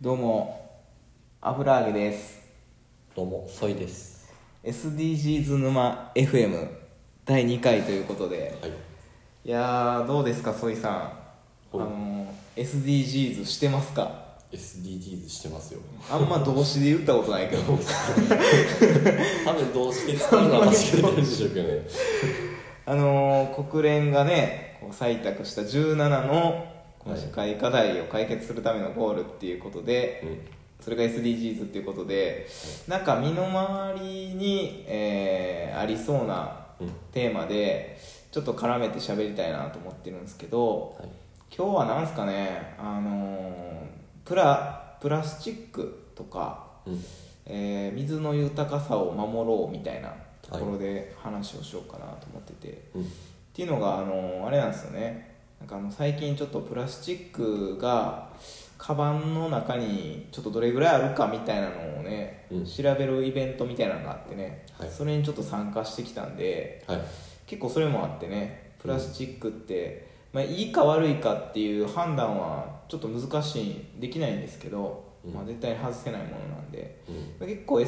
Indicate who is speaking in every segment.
Speaker 1: どうもアフラーゲです
Speaker 2: どうも、ソイです。
Speaker 1: SDGs 沼 FM 第2回ということで
Speaker 2: はい。
Speaker 1: いやーどうですかソイさんあ
Speaker 2: はい
Speaker 1: のー SDGs してますか
Speaker 2: SDGs してますよ。
Speaker 1: あんま動詞で言ったことないけど
Speaker 2: 多分どうして使うのは間違えてるんでしょうけどね。
Speaker 1: あのー国連がねこう採択した17のこの
Speaker 2: はい
Speaker 1: 社会課題を解決するためのゴールっていうことで、それが SDGs っていうことでなんか身の回りに、えーありそうな
Speaker 2: うん。うん。
Speaker 1: テーマでちょっと絡めて喋りたいなと思ってるんですけど
Speaker 2: はい。
Speaker 1: 今日はなんすかねあのープラプラスチックとか、
Speaker 2: うん。
Speaker 1: えー水の豊かさを守ろうみたいなところで話をしようかなと思ってて、
Speaker 2: うん。
Speaker 1: っていうのがあのーあれなんですよねなんかあの最近ちょっとプラスチックがカバンの中にちょっとどれぐらいあるかみたいなのをね、
Speaker 2: うん
Speaker 1: 調べるイベントみたいなのがあってね、
Speaker 2: はい
Speaker 1: それにちょっと参加してきたんで
Speaker 2: はい。
Speaker 1: 結構それもあってねプラスチックって、まあ、いいか悪いかっていう判断はちょっと難しいできないんですけど、
Speaker 2: うん
Speaker 1: まあ、絶対に外せないものなんで、
Speaker 2: うん。
Speaker 1: まあ結構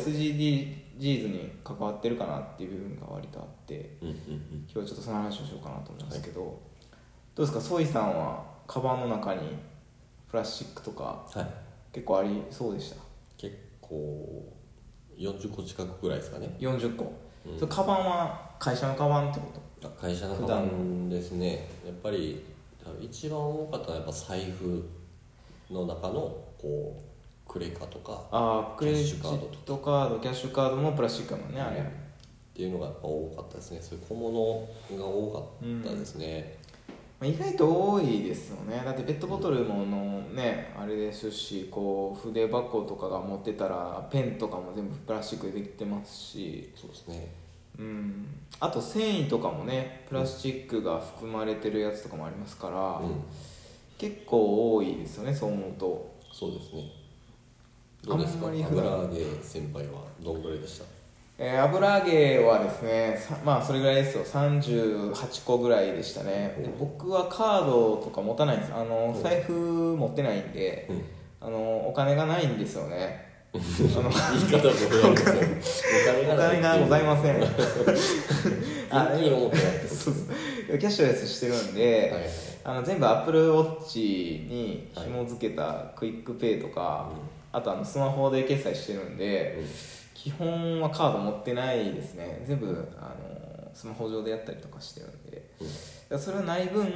Speaker 1: SDGs に関わってるかなっていう部分が割とあって
Speaker 2: うん。うん。
Speaker 1: 今日はちょっとその話をしようかなと思うんですけど、どうですかソイさんはカバンの中にプラスチックとか
Speaker 2: はい。
Speaker 1: 結構ありそうでした
Speaker 2: 結構、40個近くぐらいですかね。
Speaker 1: 40個、
Speaker 2: うん
Speaker 1: それカバンは会社のカバンってこと
Speaker 2: あ会社のカバンですね。やっぱり、多分一番多かったのはやっぱ財布の中の、こう、クレカとか
Speaker 1: ああクレジ
Speaker 2: キャッシュカード
Speaker 1: ットカードキャッシュカードもプラスチックだもんねあれ、
Speaker 2: っていうのがやっぱ多かったですね。そういう小物が多かったですね。
Speaker 1: まあ、意外と多いですよねだってペットボトルものね、あれですしこう筆箱とかが持ってたらペンとかも全部プラスチックでできてますし
Speaker 2: そうですね。
Speaker 1: うんあと繊維とかもねプラスチックが含まれてるやつとかもありますから、
Speaker 2: うん。
Speaker 1: 結構多いですよねそう思うと
Speaker 2: そうですね。どうですか
Speaker 1: あんまり普段
Speaker 2: 油揚げ先輩はどんぐらいでした
Speaker 1: えー油揚げはですねさまあそれぐらいですよ38個ぐらいでしたねで僕はカードとか持たないんですあの
Speaker 2: うん
Speaker 1: 財布持ってないんで
Speaker 2: うん
Speaker 1: あのお金がないんですよね あの
Speaker 2: 言い方も変ですよ。お
Speaker 1: お金がござい
Speaker 2: す。
Speaker 1: ません あ
Speaker 2: いい思ってない。
Speaker 1: そうそうキャッシュレスしてるんで、
Speaker 2: はいはい
Speaker 1: あの全部 AppleWatch に紐付けたクイックペイとか、あとあのスマホで決済してるんで、
Speaker 2: うん
Speaker 1: 基本はカード持ってないですね全部あのスマホ上でやったりとかしてるんで
Speaker 2: うん
Speaker 1: だからそれはない分、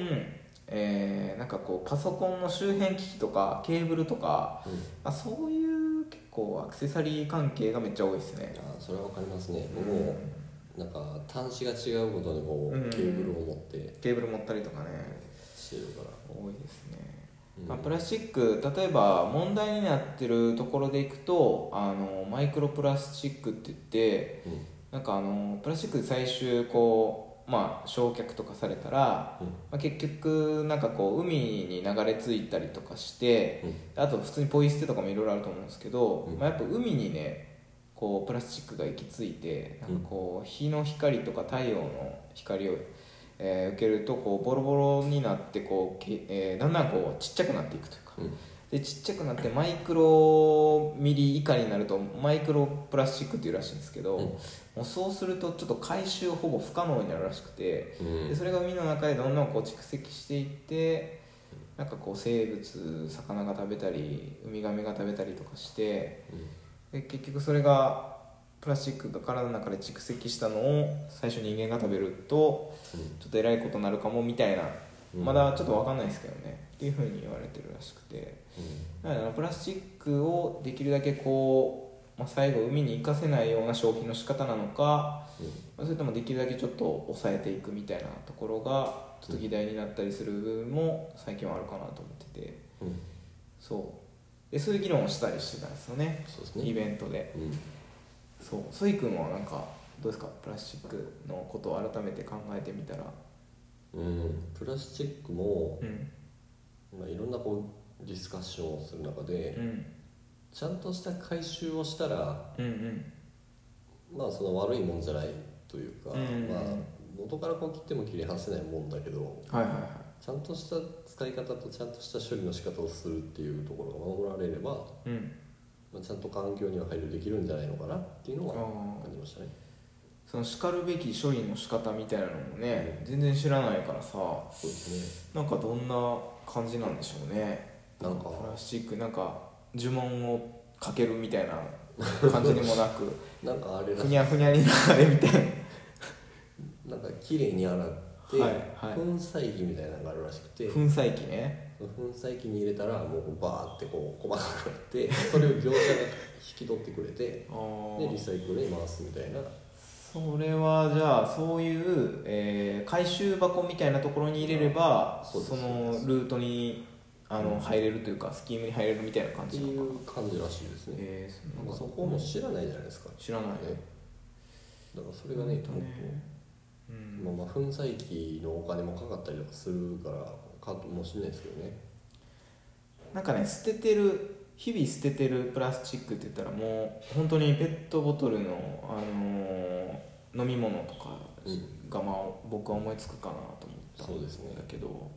Speaker 1: えーなんかこうパソコンの周辺機器とかケーブルとか、
Speaker 2: うん
Speaker 1: まあ、そういう結構アクセサリー関係がめっちゃ多いですね
Speaker 2: あーそれはわかりますね。僕も、なんか、端子が違うことにこ
Speaker 1: う
Speaker 2: う、
Speaker 1: ん
Speaker 2: ケーブルを持って
Speaker 1: ケーブル持ったりとかね
Speaker 2: してるから。
Speaker 1: 多いですね、
Speaker 2: うん
Speaker 1: まあ、プラスチック例えば問題になってるところでいくとあのマイクロプラスチックって言って
Speaker 2: うん。
Speaker 1: なんかあのプラスチックで最終こう、まあ、焼却とかされたら、
Speaker 2: うん
Speaker 1: まあ、結局なんかこう海に流れ着いたりとかして
Speaker 2: うん
Speaker 1: あと普通にポイ捨てとかもいろいろあると思うんですけど、
Speaker 2: うん
Speaker 1: まあ、やっぱ海にねこうプラスチックが行き着いてなんかこう日の光とか太陽の光を、えー受けるとこうボロボロになってこう、けえーだんだんこうちっちゃくなっていくというか、
Speaker 2: うん
Speaker 1: でちっちゃくなってマイクロミリ以下になるとマイクロプラスチックっていうらしいんですけど、
Speaker 2: うん
Speaker 1: もうそうするとちょっと回収ほぼ不可能になるらしくて
Speaker 2: うん
Speaker 1: でそれが海の中でどんどんこう蓄積していってなんかこう生物魚が食べたりウミガメが食べたりとかしてで結局それがプラスチックが体の中で蓄積したのを最初人間が食べると
Speaker 2: うん
Speaker 1: ちょっとえらいことになるかもみたいな
Speaker 2: うん
Speaker 1: まだちょっと分かんないですけどねっていうふうに言われてるらしくて。だからプラスチックをできるだけこう、まあ、最後海に生かせないような消費の仕方なのかまあそれともできるだけちょっと抑えていくみたいなところがちょっと議題になったりする部分も最近はあるかなと思ってて
Speaker 2: うん。うん。
Speaker 1: そうでそういう議論をしたりしてたんですよね
Speaker 2: そうです
Speaker 1: イ
Speaker 2: ね。
Speaker 1: ベントで
Speaker 2: うん。
Speaker 1: そうソイ君はなんかどうですかプラスチックのことを改めて考えてみたら
Speaker 2: うん。プラスチックも
Speaker 1: う、ん
Speaker 2: まあ、いろんなこう、ディスカッションをする中で
Speaker 1: う、ん
Speaker 2: ちゃんとした回収をしたら、
Speaker 1: うんうん
Speaker 2: まあその悪いもんじゃないというか、
Speaker 1: うん
Speaker 2: まあ、元からこう切っても切り離せないもんだけど
Speaker 1: はいはいは
Speaker 2: ちゃんとした使い方とちゃんとした処理の仕方をするっていうところが守られれば、
Speaker 1: うん
Speaker 2: まあ、ちゃんと環境には配慮できるんじゃないのかなっていうの
Speaker 1: あ
Speaker 2: は
Speaker 1: ー
Speaker 2: 感じましたね。
Speaker 1: そのしかるべき処理の仕方みたいなのもね全然知らないからさ
Speaker 2: そうですね
Speaker 1: なんかどんな感じなんでしょうね
Speaker 2: なんか
Speaker 1: プラスチックなんか呪文をかけるみた いな感じでもなく
Speaker 2: なんかあれら
Speaker 1: ふにゃふにゃになあれみたいな
Speaker 2: なんか綺麗に洗って、
Speaker 1: はいはい
Speaker 2: 粉砕機みたいなのがあるらしくて
Speaker 1: 粉砕機ね
Speaker 2: その粉細機に入れたらもうバーってこう細かくなってそれを業者が引き取ってくれて
Speaker 1: あ
Speaker 2: でリ
Speaker 1: ー
Speaker 2: サイクルに回すみたいな
Speaker 1: それはじゃあそういう、えー回収箱みたいなところに入れれば
Speaker 2: そ
Speaker 1: そう
Speaker 2: です
Speaker 1: のルートにあの入れるというかスキームに入れるみたいな感
Speaker 2: って
Speaker 1: じ
Speaker 2: い
Speaker 1: なのか
Speaker 2: う感じらしいですね
Speaker 1: えー
Speaker 2: なん
Speaker 1: ん
Speaker 2: か
Speaker 1: な
Speaker 2: そこも知らないじゃないですか、ね、
Speaker 1: 知らない
Speaker 2: だからそれがねもっと
Speaker 1: うん
Speaker 2: まあ、まあ粉砕機のお金もかかったりとかするからかもしれないですけどね
Speaker 1: なんかね捨ててる日々捨ててるプラスチックって言ったらもう本当にペットボトルの、あのー飲み物とか
Speaker 2: うん
Speaker 1: が、まあ僕は思いつくかなと思った
Speaker 2: そうですね
Speaker 1: だけど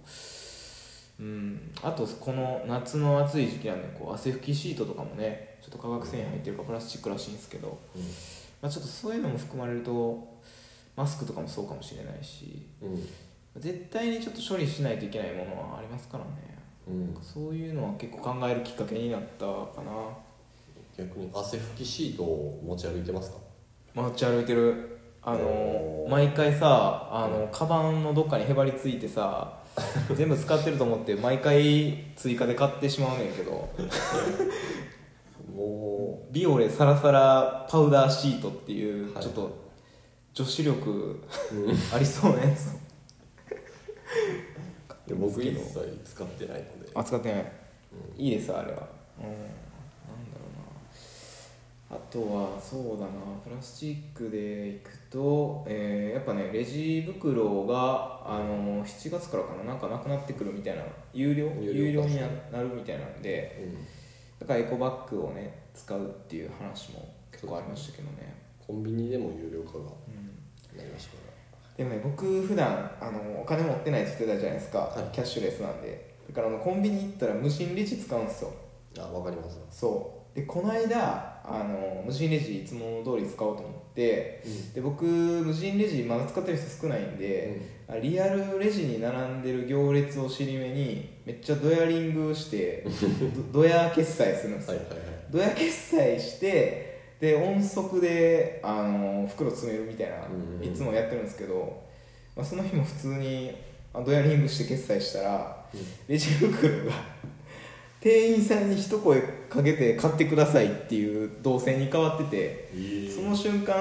Speaker 1: うんあとこの夏の暑い時期なんでこう汗拭きシートとかもねちょっと化学繊維入ってるからプラスチックらしいんですけど、まあ、ちょっとそういうのも含まれるとマスクとかもそうかもしれないし
Speaker 2: うんうん
Speaker 1: 絶対にちょっと処理しないといけないものはありますからね
Speaker 2: うん
Speaker 1: そういうのは結構考えるきっかけになったか
Speaker 2: 逆に汗拭きシートを持ち歩いてますか
Speaker 1: な街歩いてるあの
Speaker 2: おー
Speaker 1: 毎回さあのカバンのどっかにへばりついて さ全部使ってると思って毎回追加で買ってしまうねんけど
Speaker 2: も
Speaker 1: ビオレサラサラパウダーシートっていう、
Speaker 2: はい
Speaker 1: ちょっと女子力
Speaker 2: う、うん
Speaker 1: ありそうなやつを
Speaker 2: いや僕一切使ってないので
Speaker 1: あ使ってない、
Speaker 2: う
Speaker 1: いいですあれはうんなんだろうなあとはそうだなプラスチックでいくと、えーやっぱねレジ袋が、あの7月からかななんかなくなってくるみたいな有料
Speaker 2: 有料
Speaker 1: 有料にななるみたいなんで
Speaker 2: うん
Speaker 1: だからエコバッグをね使うっていう話も結構ありましたけどね、
Speaker 2: コンビニでも有料化
Speaker 1: う
Speaker 2: が
Speaker 1: ん
Speaker 2: なりましたか
Speaker 1: でもね僕普段あのお金持ってないって言ってたじゃないですか、
Speaker 2: はい
Speaker 1: キャッシュレスなんでだからあのコンビニ行ったら無心レジ使うんですよ
Speaker 2: らあわかります
Speaker 1: そうでこの間あの無人レジいつも通り使おうと思って
Speaker 2: う
Speaker 1: で僕無人レジまだ使ってる人少ないんで、あリアルレジに並んでる行列を尻目にめっちゃドヤリングしてどドヤ決済するんです
Speaker 2: は
Speaker 1: よ、
Speaker 2: いはいはい
Speaker 1: ドヤ決済してで音速であの袋詰めるみたいな、
Speaker 2: うんうん
Speaker 1: いつもやってるんですけど、まあ、その日も普通にあドヤリングして決済したら、
Speaker 2: うん
Speaker 1: レジ袋が店員さんに一声かけて買ってくださいっていう動線に変わってて、その瞬間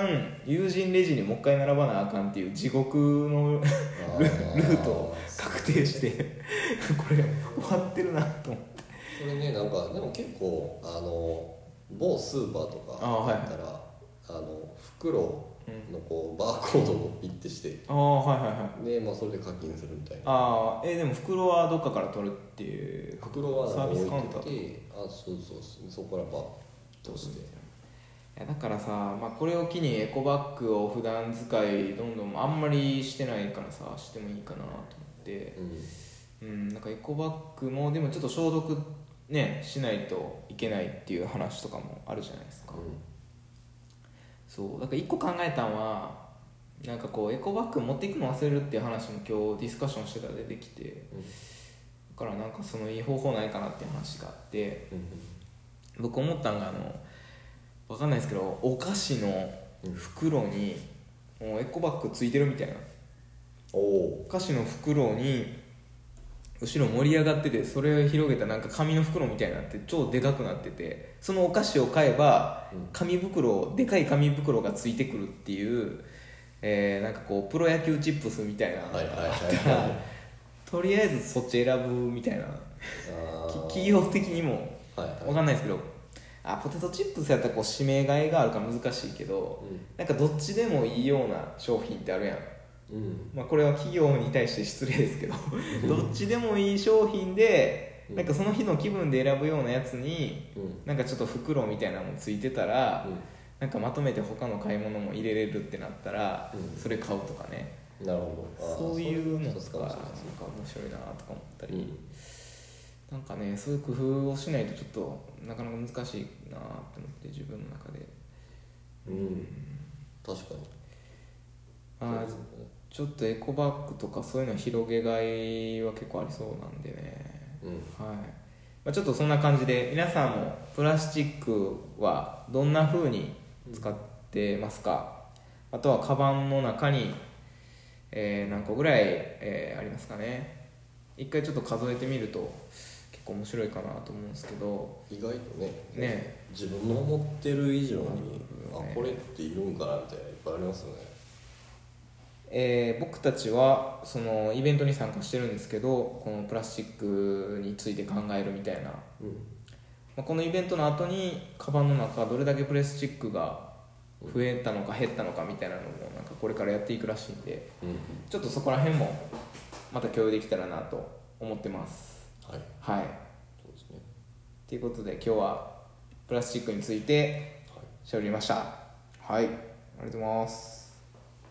Speaker 1: 友人レジにもう一回並ばなあかんっていう地獄 の
Speaker 2: あ
Speaker 1: ルートを
Speaker 2: そ
Speaker 1: 確定してこれ終わってるなと思って。
Speaker 2: それねなんかでも結構あの某スーパーとか
Speaker 1: あはい
Speaker 2: 行ったらあの袋のこうバーコードをピッてして
Speaker 1: ああはいはいはい
Speaker 2: でまあそれで課金するみたいな
Speaker 1: ああえでも袋はどっかから取るっていう
Speaker 2: 袋は
Speaker 1: サービスカウンター
Speaker 2: 置いててあそうそうそうそこからバー通して
Speaker 1: いやだからさ、まあ、これを機にエコバッグを普段使いどんどんあんまりしてないからさしてもいいかなと思って
Speaker 2: うん
Speaker 1: うんなんかエコバッグもでもちょっと消毒ねしないといけないっていう話とかもあるじゃないですか、そうだから一個考えたんはなんかこうエコバッグ持っていくの忘れるっていう話も今日ディスカッションしてたら出てきて
Speaker 2: うん
Speaker 1: だからなんかそのいい方法ないかなっていう話があって
Speaker 2: うん
Speaker 1: 僕思ったんがあのわかんないですけどお菓子の袋にもうエコバッグついてるみたいな
Speaker 2: おお
Speaker 1: お菓子の袋に後ろ盛り上がっててそれを広げたなんか紙の袋みたいになって超でかくなっててそのお菓子を買えば
Speaker 2: うん
Speaker 1: 紙袋でかい紙袋がついてくるっていう、えーなんかこうプロ野球チップスみたいな、
Speaker 2: はいはいはい はい
Speaker 1: とりあえずそっち選ぶみたいな
Speaker 2: あー
Speaker 1: き企業的にも
Speaker 2: はい
Speaker 1: わ
Speaker 2: は
Speaker 1: かんないですけどあポテトチップスやったらこう指名買いがあるから難しいけどなんかどっちでもいいような商品ってあるやん、
Speaker 2: いうん
Speaker 1: まあ、これは企業に対して失礼です けどどっちでもいい商品でなんかその日の気分で選ぶようなやつに
Speaker 2: うんうん
Speaker 1: なんかちょっと袋みたいなのもついてたらなんかまとめて他の買い物も入れれるってなったら
Speaker 2: うん
Speaker 1: それ買うとかね
Speaker 2: なるほどあー
Speaker 1: そういうの
Speaker 2: そ
Speaker 1: と
Speaker 2: う
Speaker 1: か
Speaker 2: か
Speaker 1: なん
Speaker 2: も
Speaker 1: か
Speaker 2: しれないですね
Speaker 1: 面白いなとか思った
Speaker 2: う
Speaker 1: り、
Speaker 2: ん
Speaker 1: なんかねそういう工夫をしないとちょっとなかなか難しいなと思って自分の中で
Speaker 2: うん確かに
Speaker 1: あ
Speaker 2: そう
Speaker 1: ー
Speaker 2: ですね
Speaker 1: ちょっとエコバッグとかそういうの広げ買いは結構ありそうなんでね
Speaker 2: うん
Speaker 1: はいまあ、ちょっとそんな感じで皆さんもプラスチックはどんな風に使ってますか、あとはカバンの中に、えー何個ぐらい、えーありますかね一回ちょっと数えてみると結構面白いかなと思うんですけど
Speaker 2: 意外とね
Speaker 1: ね
Speaker 2: 自分の思ってる以上に、
Speaker 1: あるよね
Speaker 2: あこれっているんかなみたいないっぱいありますよね
Speaker 1: えー僕たちはそのイベントに参加してるんですけどこのプラスチックについて考えるみたいな
Speaker 2: うん
Speaker 1: まあ、このイベントの後にカバンの中どれだけプレスチックが増えたのか減ったのかみたいなのもなんかこれからやっていくらしいんで
Speaker 2: うん
Speaker 1: ちょっとそこら辺もまた共有できたらなと思ってます
Speaker 2: はい
Speaker 1: はい
Speaker 2: そうですね
Speaker 1: ということで今日はプラスチックについて
Speaker 2: はい
Speaker 1: 喋りましたはいありがとうございます